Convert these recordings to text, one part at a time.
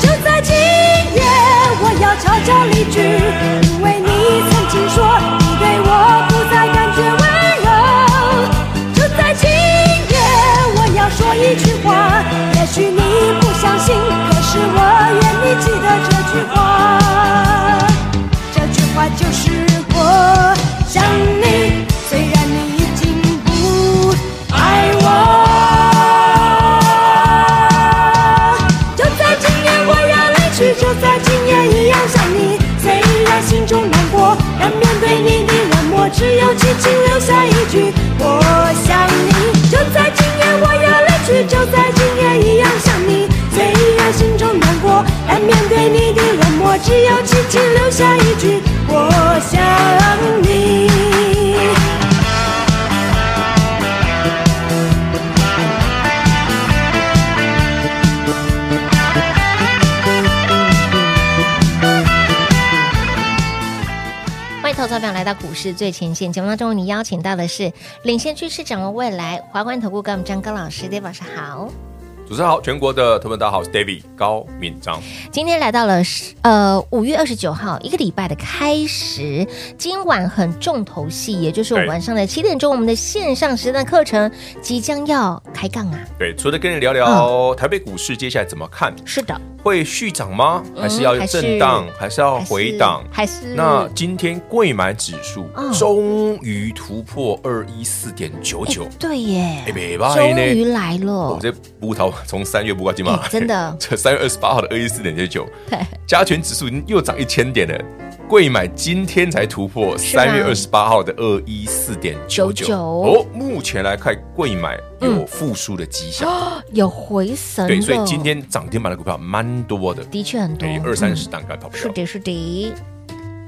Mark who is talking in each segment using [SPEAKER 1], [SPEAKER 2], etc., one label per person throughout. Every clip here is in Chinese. [SPEAKER 1] 就在今夜，我要悄悄离去，因为你曾经说你对我不再感觉温柔。就在今夜，我要说一句话，也许你不相信，可是我愿你记得这句话。这句话就是我想你，虽然你已经不爱我。就在今夜我要离去，就在今夜一样想你。虽然心中难过，但面对你的冷漠，只有轻轻留下一句我想你。就在今夜我要离去，就在今夜一样想你。虽然心中难过，但面对你的冷漠，只有轻轻留下一句我想你。
[SPEAKER 2] 欢迎投资者朋友来到股市最前线节目当中，你邀请到的是领先趋势、掌握未来华冠投顾高敏章高老师，大家晚上好。
[SPEAKER 3] 主持人好，全国的朋友们大家好，我是 David 高敏章。
[SPEAKER 2] 今天来到了十呃五月二十九号，一个礼拜的开始。今晚很重头戏，也就是我们
[SPEAKER 3] 对
[SPEAKER 2] 晚上的七点钟，我们的线上实战课程即将要开杠啊！
[SPEAKER 3] 对，除了跟你聊聊台北股市接下来怎么看，
[SPEAKER 2] 是的，
[SPEAKER 3] 会续涨吗？嗯还是要有震荡？还是嗯要回档？
[SPEAKER 2] 还是
[SPEAKER 3] 那今天贵买指数
[SPEAKER 2] 嗯
[SPEAKER 3] 终于突破二一四点九
[SPEAKER 2] 哎
[SPEAKER 3] 九，
[SPEAKER 2] 对耶
[SPEAKER 3] 哎，没办法
[SPEAKER 2] 终
[SPEAKER 3] 呢
[SPEAKER 2] 于来
[SPEAKER 3] 我
[SPEAKER 2] 了
[SPEAKER 3] 们，这波涛从三月不挂金嘛
[SPEAKER 2] 哦哎，真的
[SPEAKER 3] 这三月二十八号的二一四点九九，
[SPEAKER 2] 对，
[SPEAKER 3] 加权指数已经又涨一千点了。贵买今天才突破
[SPEAKER 2] 是啊吗
[SPEAKER 3] 三月二十八号的二一四点九
[SPEAKER 2] 99
[SPEAKER 3] 九哦，目前来看贵买有复苏的迹象，
[SPEAKER 2] 嗯有回神了。
[SPEAKER 3] 对，所以今天涨停板的股票蛮多的，
[SPEAKER 2] 的确很多嗯
[SPEAKER 3] 哎，，二三十档该跑不
[SPEAKER 2] 是
[SPEAKER 3] 掉，
[SPEAKER 2] 的，是的，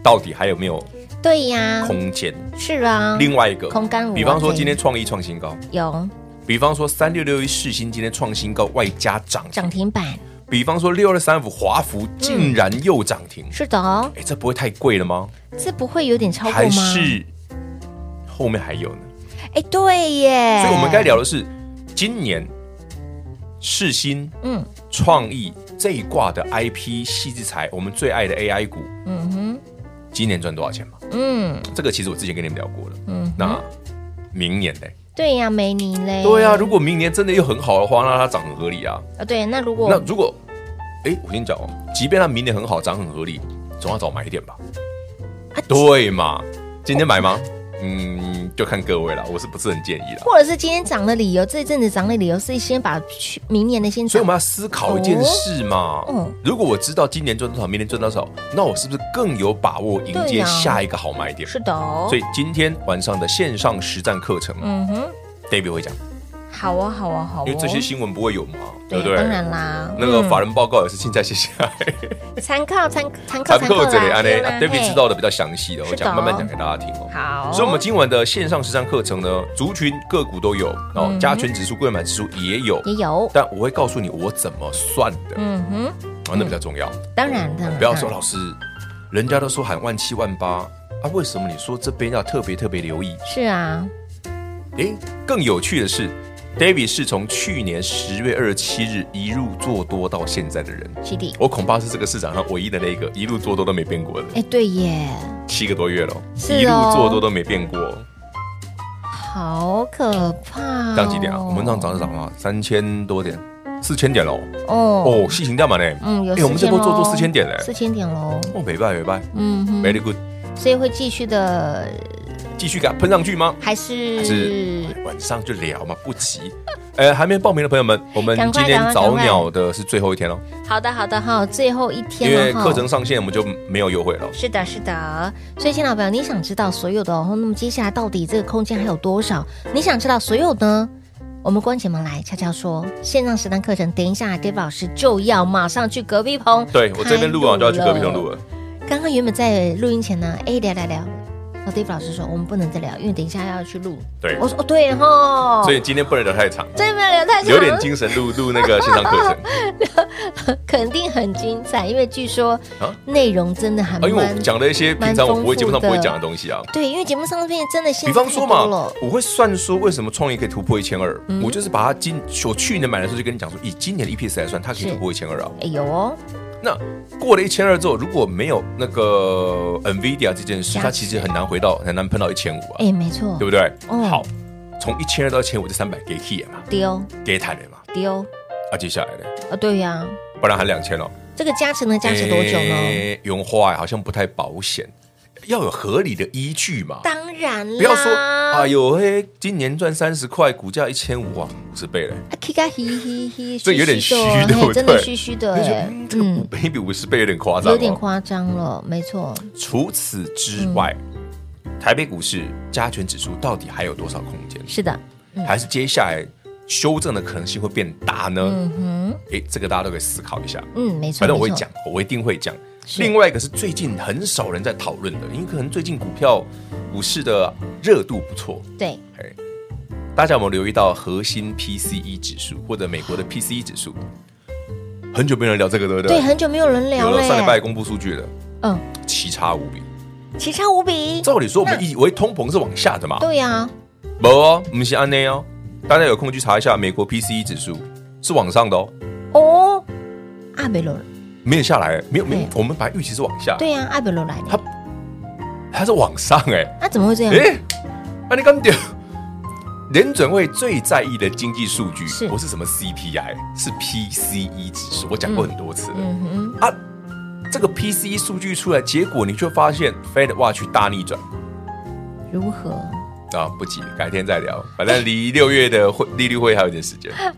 [SPEAKER 3] 到底还有没有
[SPEAKER 2] 对呀，
[SPEAKER 3] 空间？
[SPEAKER 2] 是啊，
[SPEAKER 3] 另外一个
[SPEAKER 2] 空干五
[SPEAKER 3] 比方说
[SPEAKER 2] 万
[SPEAKER 3] 今天创意创新高，
[SPEAKER 2] 有
[SPEAKER 3] 比方说三六六一世新今天创新高，外加涨停
[SPEAKER 2] 涨停板，
[SPEAKER 3] 比方说六二三五华孚竟然又涨停，
[SPEAKER 2] 是的哦，
[SPEAKER 3] 哎、这不会太贵了吗？
[SPEAKER 2] 这不会有点超过
[SPEAKER 3] 还
[SPEAKER 2] 吗？
[SPEAKER 3] 是后面还有呢？
[SPEAKER 2] 哎，对耶，
[SPEAKER 3] 所以我们该聊的是今年世新、
[SPEAKER 2] 嗯
[SPEAKER 3] 创意这一挂的 IP 细制材，我们最爱的 AI 股，
[SPEAKER 2] 嗯哼
[SPEAKER 3] 今年赚多少钱嘛？
[SPEAKER 2] 嗯
[SPEAKER 3] 这个其实我之前跟你们聊过了。
[SPEAKER 2] 嗯，哎
[SPEAKER 3] 那明年呢？
[SPEAKER 2] 对呀，梅尼嘞，
[SPEAKER 3] 对啊，如果明年真的又很好的话，那它涨很合理啊。
[SPEAKER 2] 啊对，那如
[SPEAKER 3] 那
[SPEAKER 2] 果
[SPEAKER 3] 如果，哎，我先讲哦，即便它明年很好，涨很合理，总要找买点吧
[SPEAKER 2] 啊？
[SPEAKER 3] 对嘛？今天买吗？嗯，就看各位了，我是不是很建议啦？
[SPEAKER 2] 或者是今天涨的理由，这一阵子涨的理由是先把去明年的先
[SPEAKER 3] 所以
[SPEAKER 2] 涨
[SPEAKER 3] 我们，要思考一件事嘛。
[SPEAKER 2] 哦嗯
[SPEAKER 3] 如果我知道今年赚多少，明年赚多少，那我是不是更有把握迎
[SPEAKER 2] 对
[SPEAKER 3] 接
[SPEAKER 2] 呀
[SPEAKER 3] 下一个好买点？
[SPEAKER 2] 是的哦，
[SPEAKER 3] 所以今天晚上的线上实战课程、
[SPEAKER 2] 嗯哼，
[SPEAKER 3] d a v i d 会讲，
[SPEAKER 2] 好啊好啊好啊，
[SPEAKER 3] 因为这些新闻不会有嘛，
[SPEAKER 2] 对
[SPEAKER 3] 对不对？
[SPEAKER 2] 当然啦，
[SPEAKER 3] 那个
[SPEAKER 2] 嗯
[SPEAKER 3] 法人报告也是现在写下 来。
[SPEAKER 2] 参考参参考参 考
[SPEAKER 3] 这里
[SPEAKER 2] 啦
[SPEAKER 3] 安
[SPEAKER 2] 对
[SPEAKER 3] 内
[SPEAKER 2] 啦
[SPEAKER 3] 啊，David
[SPEAKER 2] 嘿
[SPEAKER 3] 知道的比较详细的，我
[SPEAKER 2] 是的
[SPEAKER 3] 讲慢慢讲给大家听哦。
[SPEAKER 2] 好，
[SPEAKER 3] 所以，我们今晚的线上实战课程呢，族群个股都有哦
[SPEAKER 2] 嗯，
[SPEAKER 3] 加权指数、贵买指数也有，
[SPEAKER 2] 也有，
[SPEAKER 3] 但我会告诉你我怎么算的，
[SPEAKER 2] 嗯哼，
[SPEAKER 3] 啊，那比较重要。
[SPEAKER 2] 当然当然，
[SPEAKER 3] 不要说
[SPEAKER 2] 当然
[SPEAKER 3] 老师，人家都说喊万七万八啊，为什么你说这边要特别特别留意？
[SPEAKER 2] 是啊，
[SPEAKER 3] 诶，更有趣的是，David 是从去年十月二十七日一路做多到现在的人，
[SPEAKER 2] 基地，
[SPEAKER 3] 我恐怕是这个市场上唯一的那个一路做多都没变过的。
[SPEAKER 2] 哎对耶，
[SPEAKER 3] 七个多月了，
[SPEAKER 2] 是哦
[SPEAKER 3] 一路做多都没变过。
[SPEAKER 2] 好可怕，哦
[SPEAKER 3] 涨几点啊？我们这样涨是涨了三千多点，四千点喽。
[SPEAKER 2] 哦，
[SPEAKER 3] 哦，细行干嘛呢？
[SPEAKER 2] 嗯有
[SPEAKER 3] 哎，我们这波做多四千点嘞。
[SPEAKER 2] 四千点喽，
[SPEAKER 3] 哦，没拜没拜
[SPEAKER 2] 嗯哼，
[SPEAKER 3] ，very good，
[SPEAKER 2] 所以会继续的，
[SPEAKER 3] 继续给它喷上去吗？
[SPEAKER 2] 还
[SPEAKER 3] 还是
[SPEAKER 2] 是
[SPEAKER 3] 晚上就聊嘛，不急。呃，还没报名的朋友们，我们
[SPEAKER 2] 赶快
[SPEAKER 3] 今天
[SPEAKER 2] 赶快赶
[SPEAKER 3] 早
[SPEAKER 2] 快
[SPEAKER 3] 鸟的是最后一天哦，
[SPEAKER 2] 好的好的哈，最后一天
[SPEAKER 3] 因
[SPEAKER 2] 了
[SPEAKER 3] 为
[SPEAKER 2] 哈
[SPEAKER 3] 课程上线我们就没有优惠了。
[SPEAKER 2] 是的，是的。所以，亲老朋友，你想知道所有的哦，那么接下来到底这个空间还有多少？你想知道所有呢？我们关起门来悄悄说，线上实战课程，等一下 Dave 老师就要马上去隔壁棚。
[SPEAKER 3] 对我这边录完啊就要去隔壁棚录
[SPEAKER 2] 了。
[SPEAKER 3] 了。
[SPEAKER 2] 刚刚原本在录音前呢，哎聊聊聊，然后 Dave 老师说我们不能再聊，因为等一下要去录。
[SPEAKER 3] 对，
[SPEAKER 2] 我说哦对吼，
[SPEAKER 3] 所以今天不能聊太长，
[SPEAKER 2] 这边聊太长
[SPEAKER 3] 留
[SPEAKER 2] 了
[SPEAKER 3] 点精神录录那个线上课 程。
[SPEAKER 2] 肯定很精彩，因为据说
[SPEAKER 3] 啊
[SPEAKER 2] 内容真的还
[SPEAKER 3] 啊，
[SPEAKER 2] 蛮、
[SPEAKER 3] 因为我讲了一些平常我不会节目上不会讲的东西啊。
[SPEAKER 2] 对，因为节目上面真的现
[SPEAKER 3] 比
[SPEAKER 2] 在
[SPEAKER 3] 方说
[SPEAKER 2] 太多
[SPEAKER 3] 嘛
[SPEAKER 2] 了，嗯
[SPEAKER 3] 我会算说为什么创业可以突破一千二，我就是把它今我去年买的时候就跟你讲说，以今年的 EPS 来算，它可以
[SPEAKER 2] 是
[SPEAKER 3] 突破一千二啊。
[SPEAKER 2] 哎有哦，
[SPEAKER 3] 那过了一千二之后，如果没有那个 NVIDIA 这件事，
[SPEAKER 2] 加持
[SPEAKER 3] 它其实很难回到，很难碰到一千五啊，
[SPEAKER 2] 哎没错，
[SPEAKER 3] 对不对？
[SPEAKER 2] 嗯
[SPEAKER 3] 好，从一千二到一千五，这三百给 key 嘛，
[SPEAKER 2] 丢
[SPEAKER 3] 给谈的嘛，
[SPEAKER 2] 丢
[SPEAKER 3] 啊，接下来呢，
[SPEAKER 2] 啊对呀、
[SPEAKER 3] 不然还两千哦，哎
[SPEAKER 2] 这个加持能加持多久呢？
[SPEAKER 3] 诶？原话好像不太保险，要有合理的依据嘛。
[SPEAKER 2] 当然啦，
[SPEAKER 3] 不要说，哎呦嘿，今年赚三十块，股价一千五啊，五十倍嘞，
[SPEAKER 2] k 嘎嘻嘻嘻，
[SPEAKER 3] 这有点虚
[SPEAKER 2] 嘿
[SPEAKER 3] 对不对
[SPEAKER 2] 真的虚虚的
[SPEAKER 3] 就觉得
[SPEAKER 2] 哎，
[SPEAKER 3] 嗯这个
[SPEAKER 2] 嗯，
[SPEAKER 3] 倍比五十倍有点夸张、哦，嗯
[SPEAKER 2] 有点夸张了，没错，
[SPEAKER 3] 除此之外，台北股市加权指数到底还有多少空间？
[SPEAKER 2] 是的，
[SPEAKER 3] 还是接下来修正的可能性会变大呢？
[SPEAKER 2] 嗯哼，
[SPEAKER 3] 诶，这个大家都可以思考一下。
[SPEAKER 2] 嗯，没错，
[SPEAKER 3] 反正我会
[SPEAKER 2] 没错
[SPEAKER 3] 讲，我一定会讲。
[SPEAKER 2] 是
[SPEAKER 3] 另外一个是最近很少人在讨论的，因为可能最近股票股市的热度不错，
[SPEAKER 2] 对，
[SPEAKER 3] 哎，大家有没有留意到核心 PCE 指数或者美国的 PCE 指数？很久没人聊这个，对不对？
[SPEAKER 2] 对，很久没有人聊
[SPEAKER 3] 有
[SPEAKER 2] 了
[SPEAKER 3] 了
[SPEAKER 2] 耶，
[SPEAKER 3] 上礼拜公布数据了，
[SPEAKER 2] 嗯，
[SPEAKER 3] 奇差无比。
[SPEAKER 2] 奇差无比，
[SPEAKER 3] 照理说，我们以为通膨是往下的嘛，
[SPEAKER 2] 对呀、
[SPEAKER 3] 没哦，不是安内哦。大家有空去查一下美国 PCE 指数是往上的哦，
[SPEAKER 2] 哦，阿贝罗，
[SPEAKER 3] 没有下来，没有没有
[SPEAKER 2] 对，
[SPEAKER 3] 我们本来预期是往下，
[SPEAKER 2] 对呀、阿贝罗来的，
[SPEAKER 3] 他它是往上哎、
[SPEAKER 2] 那、怎么会这样？
[SPEAKER 3] 哎，那你刚掉。联准会最在意的经济数据
[SPEAKER 2] 是
[SPEAKER 3] 不是什么 CPI，是 PCE 指数。我讲过很多次了、
[SPEAKER 2] 嗯哼，
[SPEAKER 3] 啊，这个 PCE 数据出来，结果你却发现 Fed Watch 大逆转
[SPEAKER 2] 如何？
[SPEAKER 3] 啊！不急，改天再聊，反正离六月的会利率会还有一点时间。啊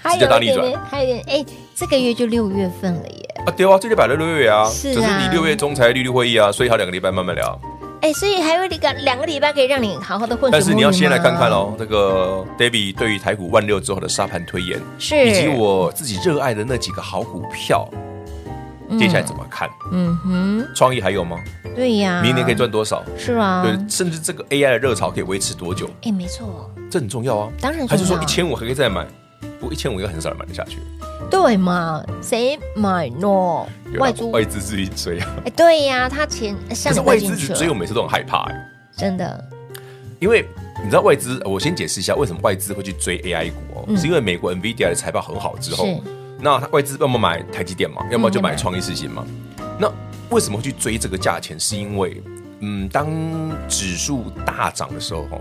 [SPEAKER 2] 还
[SPEAKER 3] 直接
[SPEAKER 2] 有
[SPEAKER 3] 大
[SPEAKER 2] 一
[SPEAKER 3] 逆
[SPEAKER 2] 点
[SPEAKER 3] 转
[SPEAKER 2] 点，还有一点，哎、这个月就六月份了耶，
[SPEAKER 3] 啊，对啊，这礼拜六月啊，
[SPEAKER 2] 是啊
[SPEAKER 3] 只是你六月中才利率会议啊，所以还有两个礼拜慢慢聊。
[SPEAKER 2] 哎、所以还有两个两个礼拜可以让你好好的混水
[SPEAKER 3] 但是你要先来看看
[SPEAKER 2] 哦，
[SPEAKER 3] 哦，这个 David 对于台股万六之后的沙盘推演，
[SPEAKER 2] 是，
[SPEAKER 3] 以及我自己热爱的那几个好股票，
[SPEAKER 2] 嗯
[SPEAKER 3] 接下来怎么看？
[SPEAKER 2] 嗯哼，
[SPEAKER 3] 创意还有吗？
[SPEAKER 2] 对呀、
[SPEAKER 3] 明年可以，赚多少？
[SPEAKER 2] 是啊，
[SPEAKER 3] 对，甚至这个 AI 的热潮可以维持多久？
[SPEAKER 2] 哎、没错，
[SPEAKER 3] 这很重要啊。
[SPEAKER 2] 当然
[SPEAKER 3] 还是说
[SPEAKER 2] 重要
[SPEAKER 3] 一千五还可以再买？不过一千五应该很少人买得下去，
[SPEAKER 2] 对嘛，谁买呢？
[SPEAKER 3] 有啦
[SPEAKER 2] 外租，
[SPEAKER 3] 外
[SPEAKER 2] 哎、
[SPEAKER 3] 资自己追啊。
[SPEAKER 2] 对呀、他钱
[SPEAKER 3] 可
[SPEAKER 2] 像
[SPEAKER 3] 是外
[SPEAKER 2] 汇
[SPEAKER 3] 资
[SPEAKER 2] 进
[SPEAKER 3] 只
[SPEAKER 2] 去
[SPEAKER 3] 追，我
[SPEAKER 2] 了，
[SPEAKER 3] 每次都很害怕、欸，
[SPEAKER 2] 真的，
[SPEAKER 3] 因为你知道外资，呃我先解释一下为什么外资会去追 AI 股哦，
[SPEAKER 2] 嗯
[SPEAKER 3] 是因为美国 NVIDIA 的财报很好之
[SPEAKER 2] 是
[SPEAKER 3] 后，那它外资要么买台积电嘛，要么就
[SPEAKER 2] 要
[SPEAKER 3] 买
[SPEAKER 2] 么
[SPEAKER 3] 创意世新嘛。
[SPEAKER 2] 嗯
[SPEAKER 3] 那为什么会去追这个价钱？是因为，嗯，当指数大涨的时候，哦，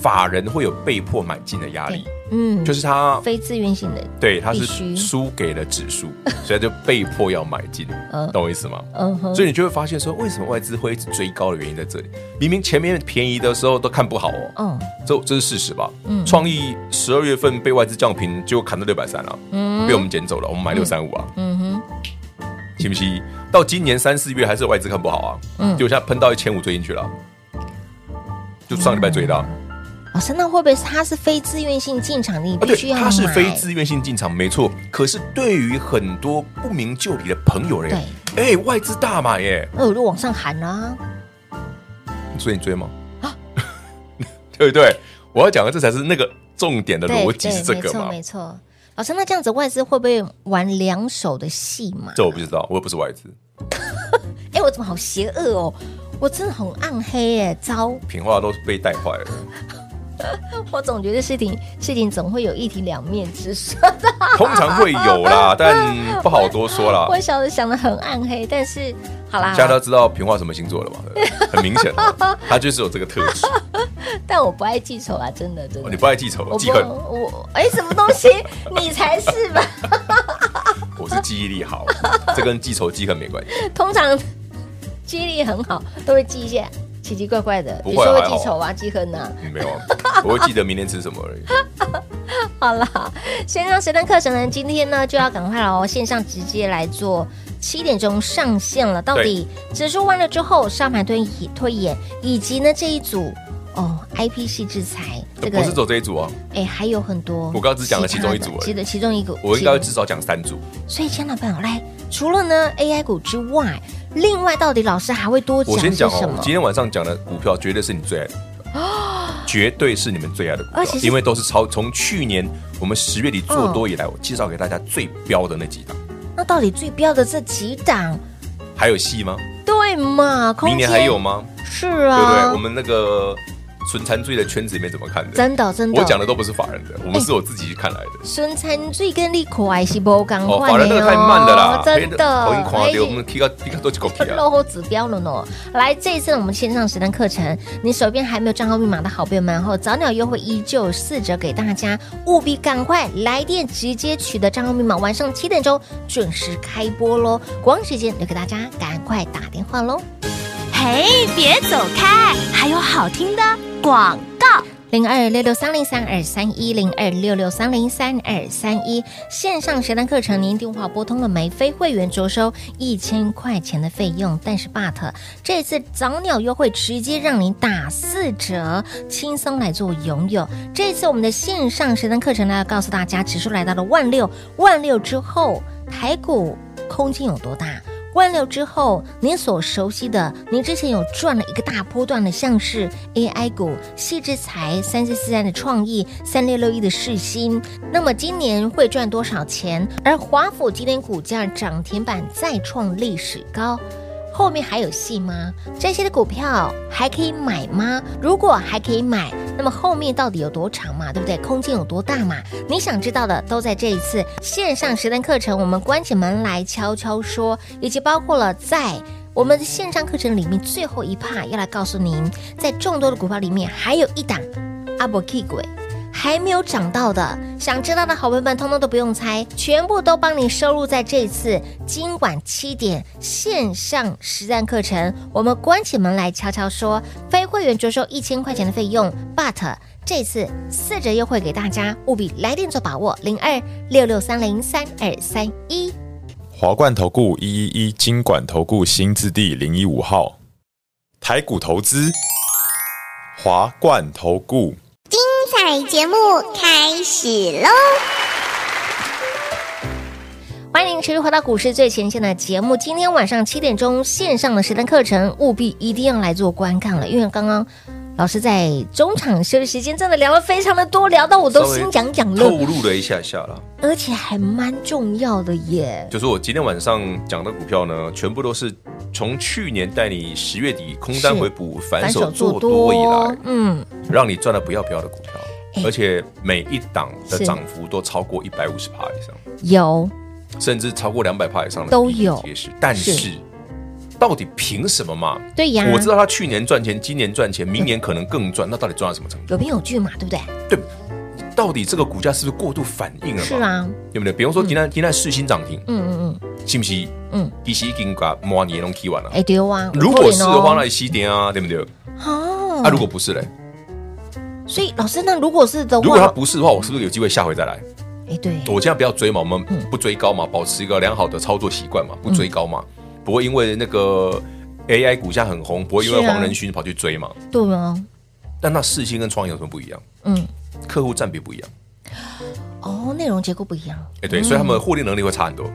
[SPEAKER 3] 法人会有被迫买进的压力，
[SPEAKER 2] 嗯，
[SPEAKER 3] 就是他
[SPEAKER 2] 非自愿性的，
[SPEAKER 3] 对他
[SPEAKER 2] 必须
[SPEAKER 3] 是输给了指数，所以他就被迫要买进
[SPEAKER 2] 嗯，
[SPEAKER 3] 懂我意思吗？
[SPEAKER 2] 嗯哼，
[SPEAKER 3] 所以你就会发现说，为什么外资会一直追高的原因在这里？明明前面便宜的时候都看不好哦，
[SPEAKER 2] 嗯
[SPEAKER 3] 这这是事实吧？
[SPEAKER 2] 嗯
[SPEAKER 3] 创意十二月份被外资降平，结果砍到六百三了，
[SPEAKER 2] 嗯
[SPEAKER 3] 被我们捡走了，我们买六三五啊，
[SPEAKER 2] 嗯哼，
[SPEAKER 3] 信不信？到今年三四月还是有外资看不好啊，
[SPEAKER 2] 嗯
[SPEAKER 3] 结果现在喷到一千五追进去了，就上礼拜追到啊，
[SPEAKER 2] 嗯老师，哦那会不会是他是非自愿性进场，你必须
[SPEAKER 3] 啊对，
[SPEAKER 2] 要买？
[SPEAKER 3] 它是非自愿性进场，没错。可是对于很多不明就里的朋友而言，哎，外资大买耶，
[SPEAKER 2] 那哦我就往上喊啦、
[SPEAKER 3] 所以你追吗？
[SPEAKER 2] 啊
[SPEAKER 3] 对不对？我要讲的这才是那个重点的
[SPEAKER 2] 对
[SPEAKER 3] 逻
[SPEAKER 2] 对，
[SPEAKER 3] 辑是这
[SPEAKER 2] 没
[SPEAKER 3] 个
[SPEAKER 2] 错
[SPEAKER 3] 嘛？
[SPEAKER 2] 没错。老师，那这样子外资会不会玩两手的戏嘛？
[SPEAKER 3] 这我不知道，我又不是外资。
[SPEAKER 2] 哎，我怎么好邪恶哦？我真的很暗黑耶，糟！
[SPEAKER 3] 平话都被带坏了。
[SPEAKER 2] 我总觉得事情事情总会有一体两面之说。
[SPEAKER 3] 通常会有啦，但不好多说啦。
[SPEAKER 2] 我小时候想的很暗黑，但是好啦，
[SPEAKER 3] 大家都知道平话什么星座了吧？对很明显啊，他就是有这个特 质。
[SPEAKER 2] 但我不爱记仇啊，真的真
[SPEAKER 3] 哦
[SPEAKER 2] 的。
[SPEAKER 3] 你不爱记仇，
[SPEAKER 2] 我
[SPEAKER 3] 记
[SPEAKER 2] 不
[SPEAKER 3] 恨，
[SPEAKER 2] 我哎什么东西？你才是 吧？
[SPEAKER 3] 我是记忆力好，这跟记仇记恨没关系。
[SPEAKER 2] 通常记忆力很好，都会记一些奇奇怪怪的，
[SPEAKER 3] 不
[SPEAKER 2] 比
[SPEAKER 3] 会
[SPEAKER 2] 如说会
[SPEAKER 3] 还好
[SPEAKER 2] 记仇啊、记恨啊。
[SPEAKER 3] 嗯没有啊，我会记得明天吃什么而已。
[SPEAKER 2] 好啦，线上实战课程呢，今天呢就要赶快了哦，线上直接来做。七点钟上线了，到底指数完了之后，沙盘推推演，以及呢这一组哦 IP 系制裁 这个
[SPEAKER 3] 我是走这一组啊，
[SPEAKER 2] 哎，还有很多。
[SPEAKER 3] 我刚刚只讲了其中一组而已
[SPEAKER 2] 其的其中一个，
[SPEAKER 3] 我应该至少讲三组。
[SPEAKER 2] 所以，亲爱的朋友，来，除了呢 AI 股之外，另外到底老师还会多
[SPEAKER 3] 我
[SPEAKER 2] 讲
[SPEAKER 3] 先
[SPEAKER 2] 些
[SPEAKER 3] 讲
[SPEAKER 2] 什
[SPEAKER 3] 哦
[SPEAKER 2] 么，？
[SPEAKER 3] 今天晚上讲的股票绝对是你最爱的， 绝对是你们最爱的股
[SPEAKER 2] 而
[SPEAKER 3] 票
[SPEAKER 2] 且，是
[SPEAKER 3] 因为都是超从去年我们十月底做多以
[SPEAKER 2] 嗯
[SPEAKER 3] 来，我介绍给大家最标的那几档，
[SPEAKER 2] 那到底最标的这几档，
[SPEAKER 3] 还有戏吗？
[SPEAKER 2] 对嘛？空
[SPEAKER 3] 明
[SPEAKER 2] 间
[SPEAKER 3] 年还有？吗？
[SPEAKER 2] 是
[SPEAKER 3] 对不对？
[SPEAKER 2] 啊，
[SPEAKER 3] 我们那个纯馋醉的圈子里面怎么看的？
[SPEAKER 2] 真的真的，
[SPEAKER 3] 我讲的都不是法人的，我们是我自己去看来的。
[SPEAKER 2] 孙餐最跟利口还是不赶
[SPEAKER 3] 哦，
[SPEAKER 2] 快
[SPEAKER 3] 法人那个太慢了
[SPEAKER 2] 哦
[SPEAKER 3] 啦，
[SPEAKER 2] 真的，
[SPEAKER 3] 好夸
[SPEAKER 2] 哎
[SPEAKER 3] 张，我们 K 个 K 个多几口 K 啊。
[SPEAKER 2] 落后指标了呢。来，这一次我们线上实战课程，你手边还没有账号密码的好朋友们，后哦早鸟优惠依旧四折给大家，务必赶快来电直接取得账号密码，晚上七点钟准时开播喽。光时间留给大家，赶快打电话喽。
[SPEAKER 4] 嘿，别走开，还有好听的广告。
[SPEAKER 2] 零二六六三零三二三一零二六六三零三二三一线上实单课程，您电话拨通了没？非会员着收一千块钱的费用，但是 but 这次早鸟优惠直接让您打四折，轻松来做拥有。这次我们的线上实单课程呢，要告诉大家指数来到了万六，万六之后台股空间有多大？万六之后，您所熟悉的，您之前有赚了一个大波段的，像是 AI 股、细制材、三四四三的创意、三六六一的世新，那么今年会赚多少钱？而华府今天股价涨停板再创历史高。后面还有戏吗？这些的股票还可以买吗？如果还可以买，那么后面到底有多长嘛？对不对？空间有多大嘛？你想知道的都在这一次线上实战课程，我们关起门来悄悄说，以及包括了在。我们的线上课程里面最后一趴要来告诉您，在众多的股票里面，还有一档阿伯 K 鬼还没有涨到的，想知道的好朋友们，通通都不用猜，全部都帮你收录在这次今晚七点线上实战课程。我们关起门来悄悄说，非会员着收一千块钱的费用，but 这次四折优惠给大家，务必来电做把握，零二六六三零三二三一。
[SPEAKER 5] 华冠投顾一一一金管投顾新字第零一五号，台股投资，华冠投顾。
[SPEAKER 6] 彩节目开始喽！
[SPEAKER 2] 欢迎您持续回到股市最前线的节目。今天晚上七点钟线上的实战课程，务必一定要来做观看了，因为刚刚老师在中场休息时间真的聊了非常的多，聊到我都心痒痒
[SPEAKER 3] 透
[SPEAKER 2] 了，
[SPEAKER 3] 露了一下下啦，
[SPEAKER 2] 而且还蛮重要的耶。
[SPEAKER 3] 就是我今天晚上讲的股票呢，全部都是从去年带你十月底空单
[SPEAKER 2] 是
[SPEAKER 3] 回补、反手做多以啊来，
[SPEAKER 2] 嗯，
[SPEAKER 3] 让你赚了不要不要的股票，
[SPEAKER 2] 哎
[SPEAKER 3] 而且每一档的
[SPEAKER 2] 是
[SPEAKER 3] 涨幅都超过一百五十趴以上，
[SPEAKER 2] 有
[SPEAKER 3] 甚至超过两百趴以上的
[SPEAKER 2] 都
[SPEAKER 3] 比例
[SPEAKER 2] 有
[SPEAKER 3] 也是，但
[SPEAKER 2] 是
[SPEAKER 3] 是到底凭什么嘛？
[SPEAKER 2] 对呀，
[SPEAKER 3] 我知道他去年赚钱，今年赚钱，明年可能更赚，那到底赚到什么程度？
[SPEAKER 2] 有凭有据嘛，对不对？
[SPEAKER 3] 对，到底这个股价是不是过度反应了嘛？
[SPEAKER 2] 是，啊，
[SPEAKER 3] 对不对？比方说今天今天世新涨停，
[SPEAKER 2] 嗯嗯嗯，
[SPEAKER 3] 是不是？
[SPEAKER 2] 嗯，
[SPEAKER 3] 其实已经把摩年拢起完了。
[SPEAKER 2] 哎对啊，
[SPEAKER 3] 如果是的话，
[SPEAKER 2] 有可能
[SPEAKER 3] 那
[SPEAKER 2] 哦
[SPEAKER 3] 你西点啊，对不对？
[SPEAKER 2] 哦
[SPEAKER 3] 啊，如果不是嘞，
[SPEAKER 2] 所以老师，那如果是的
[SPEAKER 3] 如果它
[SPEAKER 2] 话，
[SPEAKER 3] 不是的话，我是不是有机会下回再来？
[SPEAKER 2] 哎对，
[SPEAKER 3] 我现在不要追嘛，我们
[SPEAKER 2] 嗯
[SPEAKER 3] 不追高嘛，保持一个良好的操作习惯嘛，不追高嘛，不会因为那个 AI 股价很红，不会因为
[SPEAKER 2] 是啊
[SPEAKER 3] 黄仁勋跑去追嘛。
[SPEAKER 2] 对啊，
[SPEAKER 3] 但那世新跟创意有什么不一样？
[SPEAKER 2] 嗯，
[SPEAKER 3] 客户占比不一样，
[SPEAKER 2] 哦，内容结构不一样。
[SPEAKER 3] 哎，对，所以他们获利能力会差很多。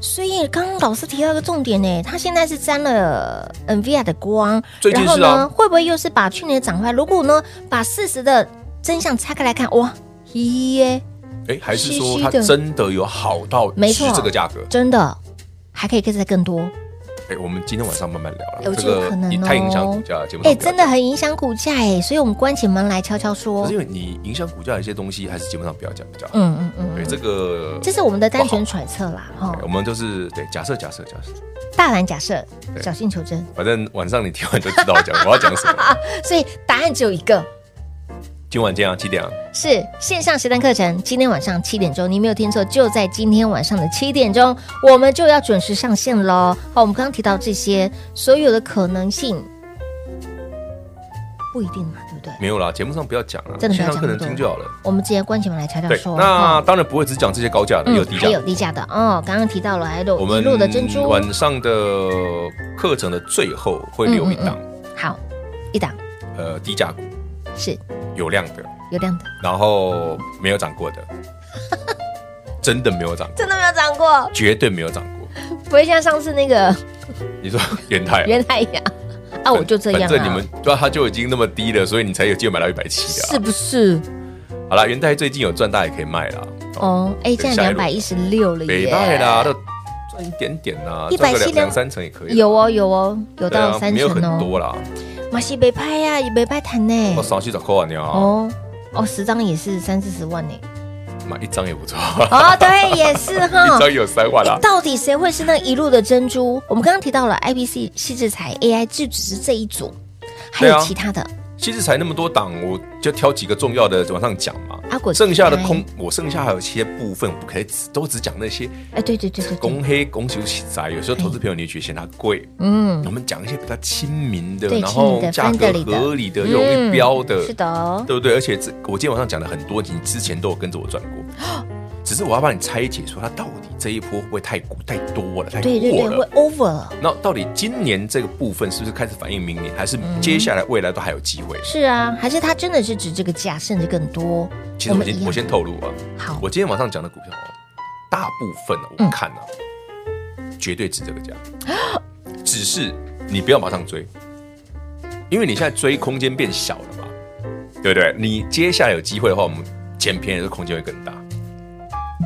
[SPEAKER 2] 所以刚刚老师提到一个重点呢，他现在是沾了呃 NVIDIA 的光，
[SPEAKER 3] 最近
[SPEAKER 2] 然后
[SPEAKER 3] 是啊
[SPEAKER 2] 呢，会不会又是把去年的涨回来？如果呢，把事实的真相拆开来看，哇，嘿耶，
[SPEAKER 3] 哎，还是说
[SPEAKER 2] 虚虚
[SPEAKER 3] 它
[SPEAKER 2] 的
[SPEAKER 3] 真的有好到
[SPEAKER 2] 没
[SPEAKER 3] 值
[SPEAKER 2] 错
[SPEAKER 3] 这个价格？
[SPEAKER 2] 真的还可以再更多，
[SPEAKER 3] 哎，我们今天晚上慢慢聊
[SPEAKER 2] 有
[SPEAKER 3] 了，这
[SPEAKER 2] 有可能
[SPEAKER 3] 个
[SPEAKER 2] 哦
[SPEAKER 3] 也太影响股价了，节目上
[SPEAKER 2] 哎，
[SPEAKER 3] 不要
[SPEAKER 2] 真的哦
[SPEAKER 3] 讲。
[SPEAKER 2] 很影响股价哎，所以我们关起门来悄悄
[SPEAKER 3] 可
[SPEAKER 2] 说
[SPEAKER 3] 是，因为你影响股价的一些东西，还是节目上不要讲比较好。
[SPEAKER 2] 嗯嗯嗯，
[SPEAKER 3] 对，这个
[SPEAKER 2] 这是我们的单
[SPEAKER 3] 不好哎
[SPEAKER 2] 纯揣测啦，哈
[SPEAKER 3] 对，我们就是对假设假设假设，
[SPEAKER 2] 大胆假设，
[SPEAKER 3] 对
[SPEAKER 2] 小心求真，啊
[SPEAKER 3] 反正晚上你听完就知道我讲我要讲什么。
[SPEAKER 2] 所以答案只有一个，
[SPEAKER 3] 今晚见啊，几点啊？
[SPEAKER 2] 是线上实战课程，今天晚上七点钟，你没有听错，就在今天晚上的七点钟，我们就要准时上线喽。好，我们刚刚提到这些所有的可能性，不一定嘛，对不对？
[SPEAKER 3] 没有啦，节目上不要讲了，
[SPEAKER 2] 真的不
[SPEAKER 3] 线
[SPEAKER 2] 要讲
[SPEAKER 3] 上课
[SPEAKER 2] 那么多
[SPEAKER 3] 程听就好了。
[SPEAKER 2] 我们直接关起门来悄悄
[SPEAKER 3] 对，
[SPEAKER 2] 说。
[SPEAKER 3] 那
[SPEAKER 2] 哦
[SPEAKER 3] 当然不会只讲这些高价的，也有低价
[SPEAKER 2] 还有
[SPEAKER 3] 的。
[SPEAKER 2] 低价的哦，刚刚提到了，还有
[SPEAKER 3] 我
[SPEAKER 2] 一
[SPEAKER 3] 们
[SPEAKER 2] 路的珍珠，
[SPEAKER 3] 晚上的课程的最
[SPEAKER 2] 嗯
[SPEAKER 3] 后会留一档
[SPEAKER 2] 好，一档
[SPEAKER 3] 呃低价股，
[SPEAKER 2] 是
[SPEAKER 3] 有量的，
[SPEAKER 2] 有亮的，
[SPEAKER 3] 然后没有涨过 的，真的没有涨过，
[SPEAKER 2] 真的没有涨过，
[SPEAKER 3] 绝对没有涨过。
[SPEAKER 2] 不会像上次那 个
[SPEAKER 3] 你说元泰啊、
[SPEAKER 2] 原来呀，啊，我就这样
[SPEAKER 3] 反正你
[SPEAKER 2] 啊
[SPEAKER 3] 们，对啊，它就已经那么低了，所以你才有机会买到一百七
[SPEAKER 2] 是
[SPEAKER 3] 啊。
[SPEAKER 2] 不是？
[SPEAKER 3] 好啦，元泰最近有赚，大家也可以卖啦。
[SPEAKER 2] 哦，哎，现在
[SPEAKER 3] 下一
[SPEAKER 2] 两
[SPEAKER 3] 轮
[SPEAKER 2] 百一十六了
[SPEAKER 3] 北
[SPEAKER 2] 耶，
[SPEAKER 3] 派啦，都赚一点点啦，
[SPEAKER 2] 170
[SPEAKER 3] 赚个两
[SPEAKER 2] 两
[SPEAKER 3] 两三成也可以啦。
[SPEAKER 2] 有哦有哦，有
[SPEAKER 3] 对
[SPEAKER 2] 到
[SPEAKER 3] 啊，
[SPEAKER 2] 三
[SPEAKER 3] 没有很
[SPEAKER 2] 成哦，
[SPEAKER 3] 多啦，
[SPEAKER 2] 马西北派呀，也北派谈呢
[SPEAKER 3] 我，少去找扣啊，你啊，
[SPEAKER 2] 嗯哦哦，十张也是三四十万呢，
[SPEAKER 3] 买一张也不错，
[SPEAKER 2] 哦，对，也是哈
[SPEAKER 3] 一张。也有三万啦
[SPEAKER 2] 哎。到底谁会是那一路的珍珠？我们刚刚提到了 IPC 细制裁 AI，就只是这一组，还
[SPEAKER 3] 对
[SPEAKER 2] 有
[SPEAKER 3] 啊
[SPEAKER 2] 其他的。
[SPEAKER 3] 其实才那么多档，我就挑几个重要的往上讲嘛
[SPEAKER 2] 啊我。
[SPEAKER 3] 剩下的空，我剩下还有一些部分，不可以只都只讲那些
[SPEAKER 2] 哎，对对对对对，
[SPEAKER 3] 公黑、公休息宅。有时候投资朋友你觉得嫌它贵，
[SPEAKER 2] 嗯，
[SPEAKER 3] 我们讲一些比较亲民的，
[SPEAKER 2] 对
[SPEAKER 3] 然后
[SPEAKER 2] 亲民的
[SPEAKER 3] 价格
[SPEAKER 2] friendly 的嗯
[SPEAKER 3] 合理的、容易标的，
[SPEAKER 2] 是的哦，
[SPEAKER 3] 对不对？而且这我今天晚上讲了很多，你之前都有跟着我转过，
[SPEAKER 2] 哦
[SPEAKER 3] 只是我要帮你拆解，说它到底这一波会不会太太多了，太
[SPEAKER 2] 对对
[SPEAKER 3] 过
[SPEAKER 2] 对，会
[SPEAKER 3] 了。
[SPEAKER 2] over 了。
[SPEAKER 3] 那到底今年这个部分是不是开始反映明年，还是
[SPEAKER 2] 嗯
[SPEAKER 3] 接下来未来都还有机会？
[SPEAKER 2] 是啊，还是它真的是指这个价，甚至更多？
[SPEAKER 3] 其实我
[SPEAKER 2] 们一
[SPEAKER 3] 先
[SPEAKER 2] 样
[SPEAKER 3] 我先透露啊，
[SPEAKER 2] 好
[SPEAKER 3] 我今天晚上讲的股票哦，大部分啊，我看啊，
[SPEAKER 2] 嗯
[SPEAKER 3] 绝对值这个价， 只是你不要马上追，因为你现在追空间变小了嘛，对不对？你接下来有机会的话，我们捡便宜的空间会更大。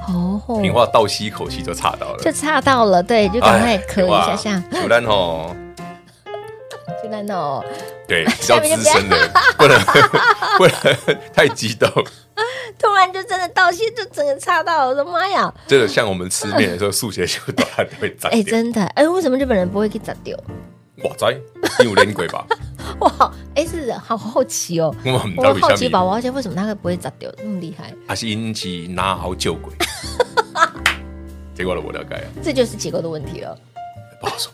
[SPEAKER 2] 哦，
[SPEAKER 3] 平话倒吸一口气就差到了，哎
[SPEAKER 2] 就差到了，对，就赶快咳一下下。
[SPEAKER 3] 不然哦，
[SPEAKER 2] 就那种
[SPEAKER 3] 对，比
[SPEAKER 2] 下
[SPEAKER 3] 较
[SPEAKER 2] 面就不
[SPEAKER 3] 资
[SPEAKER 2] 要
[SPEAKER 3] 深的，不能 不能太激动。
[SPEAKER 2] 突然就真的到现，就整个差到了我的妈呀！
[SPEAKER 3] 这个像我们吃面的时候，数学就到它都会涨
[SPEAKER 2] 哎，
[SPEAKER 3] 点。
[SPEAKER 2] 真的，哎，为什么日本人不会给砸掉？
[SPEAKER 3] 哇塞，你有连鬼吧？
[SPEAKER 2] 哇，好哎，是的好好奇哦。
[SPEAKER 3] 我们
[SPEAKER 2] 我
[SPEAKER 3] 到
[SPEAKER 2] 很
[SPEAKER 3] 底
[SPEAKER 2] 好
[SPEAKER 3] 下
[SPEAKER 2] 奇宝
[SPEAKER 3] 面
[SPEAKER 2] 宝，而且为什么他会不会砸掉？那么厉害，
[SPEAKER 3] 还是引起拿好救鬼？ 结果呢，我了解了，
[SPEAKER 2] 这就是结构的问题了。
[SPEAKER 3] 不好说。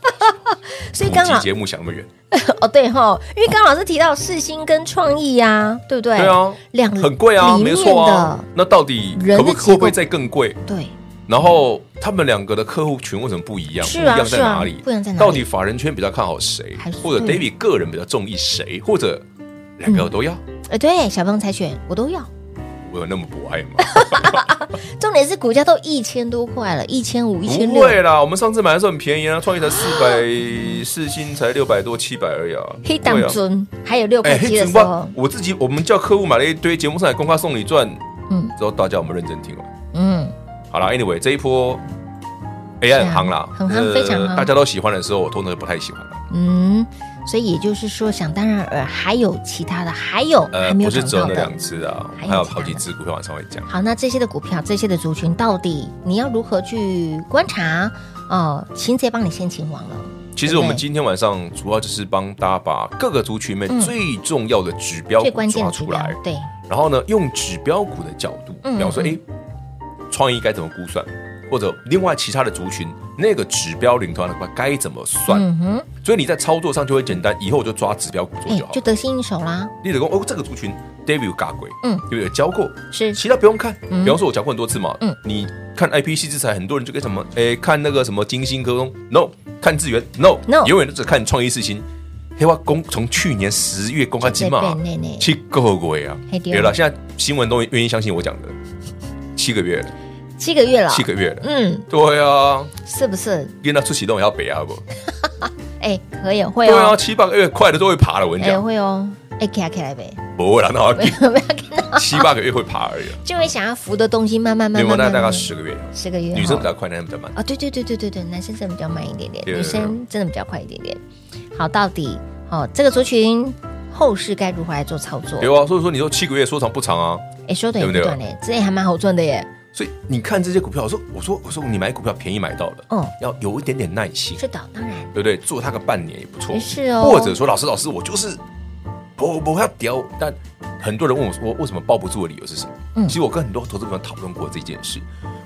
[SPEAKER 2] 所以
[SPEAKER 3] 普
[SPEAKER 2] 刚啊
[SPEAKER 3] 及
[SPEAKER 2] 好
[SPEAKER 3] 节目想那么远，
[SPEAKER 2] 哦，对哈，因为刚老师提到世新跟创意呀、对不对？
[SPEAKER 3] 对啊，
[SPEAKER 2] 两
[SPEAKER 3] 很贵啊，
[SPEAKER 2] 里
[SPEAKER 3] 没
[SPEAKER 2] 面
[SPEAKER 3] 错啊
[SPEAKER 2] 的。
[SPEAKER 3] 那到底
[SPEAKER 2] 人
[SPEAKER 3] 可不
[SPEAKER 2] 的
[SPEAKER 3] 可
[SPEAKER 2] 结
[SPEAKER 3] 会不
[SPEAKER 2] 构
[SPEAKER 3] 会再更贵？
[SPEAKER 2] 对，
[SPEAKER 3] 然后他们两个的客户群为什么不一样？
[SPEAKER 2] 是
[SPEAKER 3] 不一
[SPEAKER 2] 啊
[SPEAKER 3] 样在
[SPEAKER 2] 是啊
[SPEAKER 3] 哪里？
[SPEAKER 2] 不一样在哪里
[SPEAKER 3] 到底法人圈比较看好谁
[SPEAKER 2] 还是，
[SPEAKER 3] 或者 David 个人比较中意谁，或者两个我都要？
[SPEAKER 2] 呃，对，小朋友才选我都要，
[SPEAKER 3] 我有那么不爱吗？
[SPEAKER 2] 重点是股价都一千多块了，一千 五、一千
[SPEAKER 3] 不
[SPEAKER 2] 六，
[SPEAKER 3] 会啊啦，我们上次买的时候很便宜啊，创意才四百，四星才六百多，七百而已啊。
[SPEAKER 2] 黑
[SPEAKER 3] 对
[SPEAKER 2] 档
[SPEAKER 3] 啊
[SPEAKER 2] 尊，还有六
[SPEAKER 3] 哎，
[SPEAKER 2] 块
[SPEAKER 3] 黑
[SPEAKER 2] 七的
[SPEAKER 3] 子
[SPEAKER 2] 时候
[SPEAKER 3] 我，我自己我们叫客户买了一堆节目上来公开送礼赚，
[SPEAKER 2] 嗯
[SPEAKER 3] 嗯，之后大家我们认真听完。
[SPEAKER 2] 嗯，
[SPEAKER 3] 好啦 a n y w a y 这一波 AI 很夯啦，呃
[SPEAKER 2] 很夯非常夯
[SPEAKER 3] 大家都喜欢的时候，我通常就不太喜欢了。
[SPEAKER 2] 嗯，所以也就是说，想当然尔，还有其他的，还有
[SPEAKER 3] 呃，
[SPEAKER 2] 还没有
[SPEAKER 3] 不是
[SPEAKER 2] 涨
[SPEAKER 3] 只有
[SPEAKER 2] 到
[SPEAKER 3] 那
[SPEAKER 2] 的
[SPEAKER 3] 两。只啊，
[SPEAKER 2] 还有
[SPEAKER 3] 还有
[SPEAKER 2] 其他
[SPEAKER 3] 好几
[SPEAKER 2] 的
[SPEAKER 3] 只股票晚上会讲。
[SPEAKER 2] 好，那这些的股票，这些的族群，到底你要如何去观察？哦，擒贼帮你先擒王了。
[SPEAKER 3] 其实我
[SPEAKER 2] 对
[SPEAKER 3] 们
[SPEAKER 2] 不对
[SPEAKER 3] 今天晚上主要就是帮大家把各个族群里面最重要的指标
[SPEAKER 2] 嗯最
[SPEAKER 3] 股
[SPEAKER 2] 关键
[SPEAKER 3] 抓
[SPEAKER 2] 的指
[SPEAKER 3] 出
[SPEAKER 2] 标
[SPEAKER 3] 来，，
[SPEAKER 2] 对，
[SPEAKER 3] 然后呢，用指标股的角度，
[SPEAKER 2] 嗯
[SPEAKER 3] 比方说，
[SPEAKER 2] 嗯
[SPEAKER 3] 哎，创意该怎么估算，或者另外其他的族群那个指标领头羊的该怎么算，
[SPEAKER 2] 嗯哼，
[SPEAKER 3] 所以你在操作上就会简单，以后就抓指标股做
[SPEAKER 2] 哎
[SPEAKER 3] 就，好
[SPEAKER 2] 就。得心应手啦。
[SPEAKER 3] 例如说，哦，这个族群 David 有嘎鬼，
[SPEAKER 2] 嗯
[SPEAKER 3] 对不对？有教过，
[SPEAKER 2] 是
[SPEAKER 3] 其他不用看。
[SPEAKER 2] 嗯
[SPEAKER 3] 比方说，我讲过很多次嘛，
[SPEAKER 2] 嗯
[SPEAKER 3] 你看 IPC 制裁，很多人就跟什么，诶，看那个什么金星科工，no，看智源，no，,
[SPEAKER 2] No
[SPEAKER 3] 永远都只看创意四星。黑化公从去年十月公开金嘛
[SPEAKER 2] 对对对对，
[SPEAKER 3] 七个月啊
[SPEAKER 2] 嘿，对
[SPEAKER 3] 有了，现在新闻都愿意相信我讲的，七个月了，
[SPEAKER 2] 七个月了，
[SPEAKER 3] 七个月了，
[SPEAKER 2] 嗯，
[SPEAKER 3] 对啊，
[SPEAKER 2] 是不是？
[SPEAKER 3] 跟他出启动也要北啊不，
[SPEAKER 2] 哎，可以会
[SPEAKER 3] 对啊，
[SPEAKER 2] 哦，
[SPEAKER 3] 七八个月快的都会爬了，我跟你
[SPEAKER 2] 哎，
[SPEAKER 3] 讲，
[SPEAKER 2] 会哦，哎，起来起来呗，
[SPEAKER 3] 不会啦，那好 像
[SPEAKER 2] 不要看到，
[SPEAKER 3] 七八个月会爬而已啊，
[SPEAKER 2] 就会想要扶的东西慢慢
[SPEAKER 3] 没
[SPEAKER 2] 慢
[SPEAKER 3] 有
[SPEAKER 2] 慢
[SPEAKER 3] 大概
[SPEAKER 2] 慢
[SPEAKER 3] 大概
[SPEAKER 2] 慢，
[SPEAKER 3] 十个月啊，
[SPEAKER 2] 十个月，
[SPEAKER 3] 女生比较快，男生比较慢。
[SPEAKER 2] 啊，对对对对对对，男生真的比较慢一点点，
[SPEAKER 3] 对
[SPEAKER 2] 女生真的比较快一点点。好，到底哦，这个族群后市该如何来做操作？
[SPEAKER 3] 有啊，所以说你说七个月说长不长啊，
[SPEAKER 2] 哎，说短也不
[SPEAKER 3] 对不对
[SPEAKER 2] 短嘞，这也还蛮好赚的耶。
[SPEAKER 3] 所以你看这些股票，我说我说我说你买股票便宜买到了，
[SPEAKER 2] 嗯
[SPEAKER 3] 要有一点点耐心，
[SPEAKER 2] 是的，当然
[SPEAKER 3] 对不对？做它个半年也不错，
[SPEAKER 2] 也是哦
[SPEAKER 3] 或者说老师老师，我就是不不要屌，但很多人问我说我为什么抱不住的理由是什么？
[SPEAKER 2] 嗯
[SPEAKER 3] 其实我跟很多投资朋友讨论过这件事，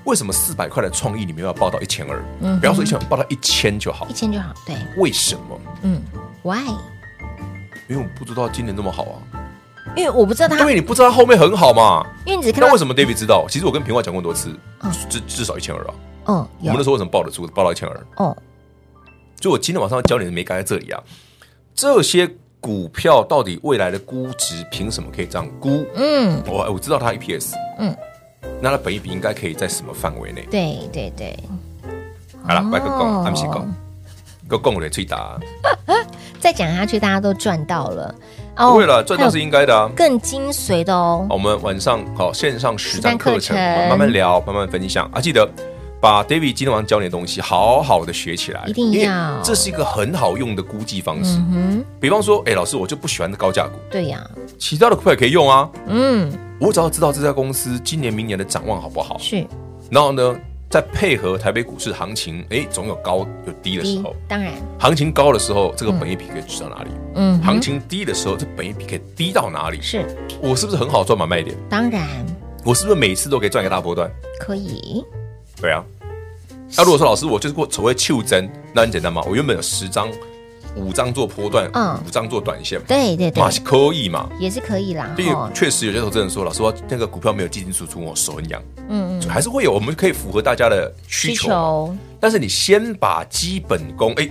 [SPEAKER 3] 为什么四百块的创意你没有要报到一千二？
[SPEAKER 2] 嗯
[SPEAKER 3] 不要说一千，报到一千就好
[SPEAKER 2] 一。千就好。对，
[SPEAKER 3] 为什么？
[SPEAKER 2] 嗯，Why？
[SPEAKER 3] 因为我不知道今年那么好啊，
[SPEAKER 2] 因为我不知道他
[SPEAKER 3] 因，为你不知道它后面很好嘛。
[SPEAKER 2] 因为你只看
[SPEAKER 3] 那
[SPEAKER 2] 到
[SPEAKER 3] 为什么 David 知道？其实我跟平话讲过很多次
[SPEAKER 2] 嗯，
[SPEAKER 3] 至至少一千二啊。
[SPEAKER 2] 嗯
[SPEAKER 3] 我们那
[SPEAKER 2] 有
[SPEAKER 3] 时候为什么报得住，报到一千二？
[SPEAKER 2] 哦，
[SPEAKER 3] 所以我今天晚上要教你的美感在这里啊，这些股票到底未来的估值凭什么可以这样估？哦哎
[SPEAKER 2] 嗯，
[SPEAKER 3] 我我知道它 EPS，
[SPEAKER 2] 嗯
[SPEAKER 3] 嗯，那它本益比应该可以在什么范围内？
[SPEAKER 2] 对对对，
[SPEAKER 3] 好了，
[SPEAKER 2] 哦
[SPEAKER 3] 白个讲，暗时讲，个讲嘞最大。
[SPEAKER 2] 再讲下去大家都赚到了哦
[SPEAKER 3] 不会了，赚到是
[SPEAKER 2] 还有
[SPEAKER 3] 应该的啊。
[SPEAKER 2] 更精髓的哦
[SPEAKER 3] 好，。我们晚上好线上实战课
[SPEAKER 2] 实
[SPEAKER 3] 程，
[SPEAKER 2] 战课程
[SPEAKER 3] 我们慢慢聊，慢慢分享啊！记得把 David 今天晚上教你的东西好好的学起来，
[SPEAKER 2] 一定要
[SPEAKER 3] 因为这是一个很好用的估计方式。
[SPEAKER 2] 嗯哼，
[SPEAKER 3] 比方说，哎，老师，我就不喜欢的高价股，
[SPEAKER 2] 对呀、
[SPEAKER 3] 其他的股票也可以用啊。
[SPEAKER 2] 嗯，
[SPEAKER 3] 我只要知道这家公司今年、明年的展望好不好，
[SPEAKER 2] 是
[SPEAKER 3] 然后呢，再配合台北股市行情，哎，总有高有低的时
[SPEAKER 2] 一
[SPEAKER 3] 候。
[SPEAKER 2] 当然，
[SPEAKER 3] 行情高的时候，这个本益比可以去到哪里？
[SPEAKER 2] 嗯哼，
[SPEAKER 3] 行情低的时候，这本益比可以低到哪里？
[SPEAKER 2] 是
[SPEAKER 3] 我是不是很好赚买卖点？
[SPEAKER 2] 当然
[SPEAKER 3] 我是不是每次都可以赚一个大波段？
[SPEAKER 2] 可以，
[SPEAKER 3] 对啊。那如果说老师，我就是过所谓求真，那很简单嘛。我原本有十张，五张做波段，
[SPEAKER 2] 嗯
[SPEAKER 3] 五张做短线，
[SPEAKER 2] 对对对
[SPEAKER 3] 嘛，是可以嘛。
[SPEAKER 2] 也是可以啦。
[SPEAKER 3] 因
[SPEAKER 2] 哦
[SPEAKER 3] 为确实有些投资人说，老师我那个股票没有进进出出，我手很痒，
[SPEAKER 2] 嗯嗯，
[SPEAKER 3] 还是会有，我们可以符合大家的需求嘛。但是你先把基本功，哎、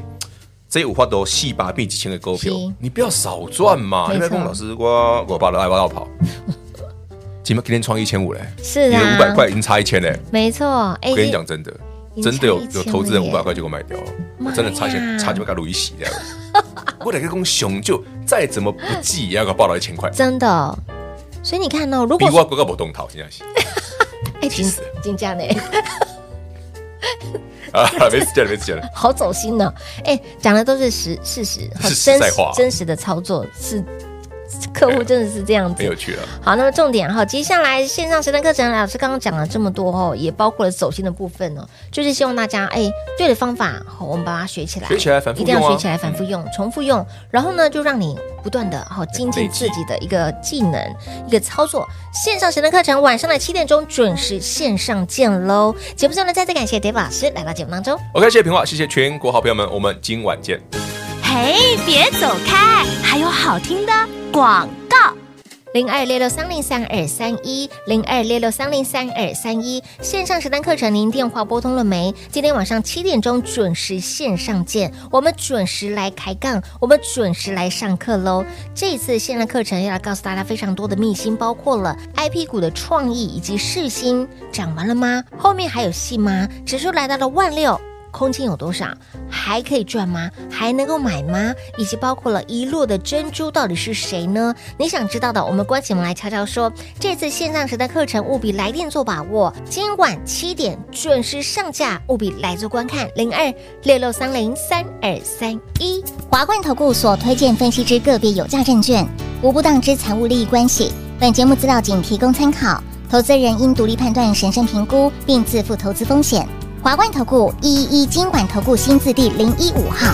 [SPEAKER 3] 这五花都细把并几千个股票
[SPEAKER 2] 是，
[SPEAKER 3] 你不要少赚嘛。
[SPEAKER 2] 没错
[SPEAKER 3] 你不要跟我老师我我把的爱挖到跑，今天今天创一千五嘞，
[SPEAKER 2] 是
[SPEAKER 3] 你的
[SPEAKER 2] 啊，
[SPEAKER 3] 五百块已经差一千嘞。
[SPEAKER 2] 没错。哎
[SPEAKER 3] 我跟你讲，真的，
[SPEAKER 2] 赢
[SPEAKER 3] 真的有
[SPEAKER 2] 差一
[SPEAKER 3] 有
[SPEAKER 2] 千
[SPEAKER 3] 投资人
[SPEAKER 2] 了
[SPEAKER 3] 五
[SPEAKER 2] 耶
[SPEAKER 3] 百块结果卖掉了，
[SPEAKER 2] 妈
[SPEAKER 3] 我真的差
[SPEAKER 2] 呀
[SPEAKER 3] 钱差点把路一洗掉。我两个公熊就再怎么不济也要给我报到一千块，
[SPEAKER 2] 真的。所以你看哦，如
[SPEAKER 3] 比
[SPEAKER 2] 果
[SPEAKER 3] 我哥哥不动套，真的是
[SPEAKER 2] 哎，
[SPEAKER 3] 气
[SPEAKER 2] 金
[SPEAKER 3] 死了
[SPEAKER 2] 金价呢，
[SPEAKER 3] 啊， 没时间了，没时间了。
[SPEAKER 2] 好走心呢。哎，讲的都是实事实，好
[SPEAKER 3] 是
[SPEAKER 2] 真
[SPEAKER 3] 实在
[SPEAKER 2] 实
[SPEAKER 3] 话
[SPEAKER 2] 真实的操作是。客户真的是这样
[SPEAKER 3] 很有
[SPEAKER 2] 子。
[SPEAKER 3] 趣了，
[SPEAKER 2] 好，那么重点哈，接下来线上实战课程，老师刚刚讲了这么多哦，也包括了走心的部分哦，就是希望大家哎，对的方法，好，我们把它学起来，
[SPEAKER 3] 学起来反
[SPEAKER 2] 一
[SPEAKER 3] 复
[SPEAKER 2] 定要
[SPEAKER 3] 用
[SPEAKER 2] 学
[SPEAKER 3] 啊
[SPEAKER 2] 起！来，反复用，重复用，然后呢，就让你不断的好精进
[SPEAKER 3] 累积
[SPEAKER 2] 自己的一个技能、一个操作。线上神的课程晚上的七点钟准时线上见喽！节目最后呢，再次感谢 David 老师来到节目当中。
[SPEAKER 3] OK，谢谢平话，谢谢全国好朋友们，我们今晚见。
[SPEAKER 4] 嘿，别走开，还有好听的广告。
[SPEAKER 2] 零二六六三零三二三一，零二六六三零三二三一，线上实单课程，您电话拨通了没？今天晚上七点钟准时线上见，我们准时来开杠，我们准时来上课喽。这一次线上课程要来告诉大家非常多的秘辛，包括了 IP 股的创意以及世新涨完了吗？后面还有戏吗？指数来到了万六。空间有多少？还可以赚吗？还能够买吗？以及包括了一路的珍珠到底是谁呢？你想知道的，我们关起门来悄悄说。这次线上时代课程务必来电做把握，今晚七点准时上架，务必来做观看。零二六六三零三二三一。
[SPEAKER 6] 华冠投顾所推荐分析之个别有价证券，无不当之财务利益关系。本节目资料仅提供参考，投资人应独立判断、审慎评估，并自负投资风险。华冠投顾一一一金管投顾新字第零一五号。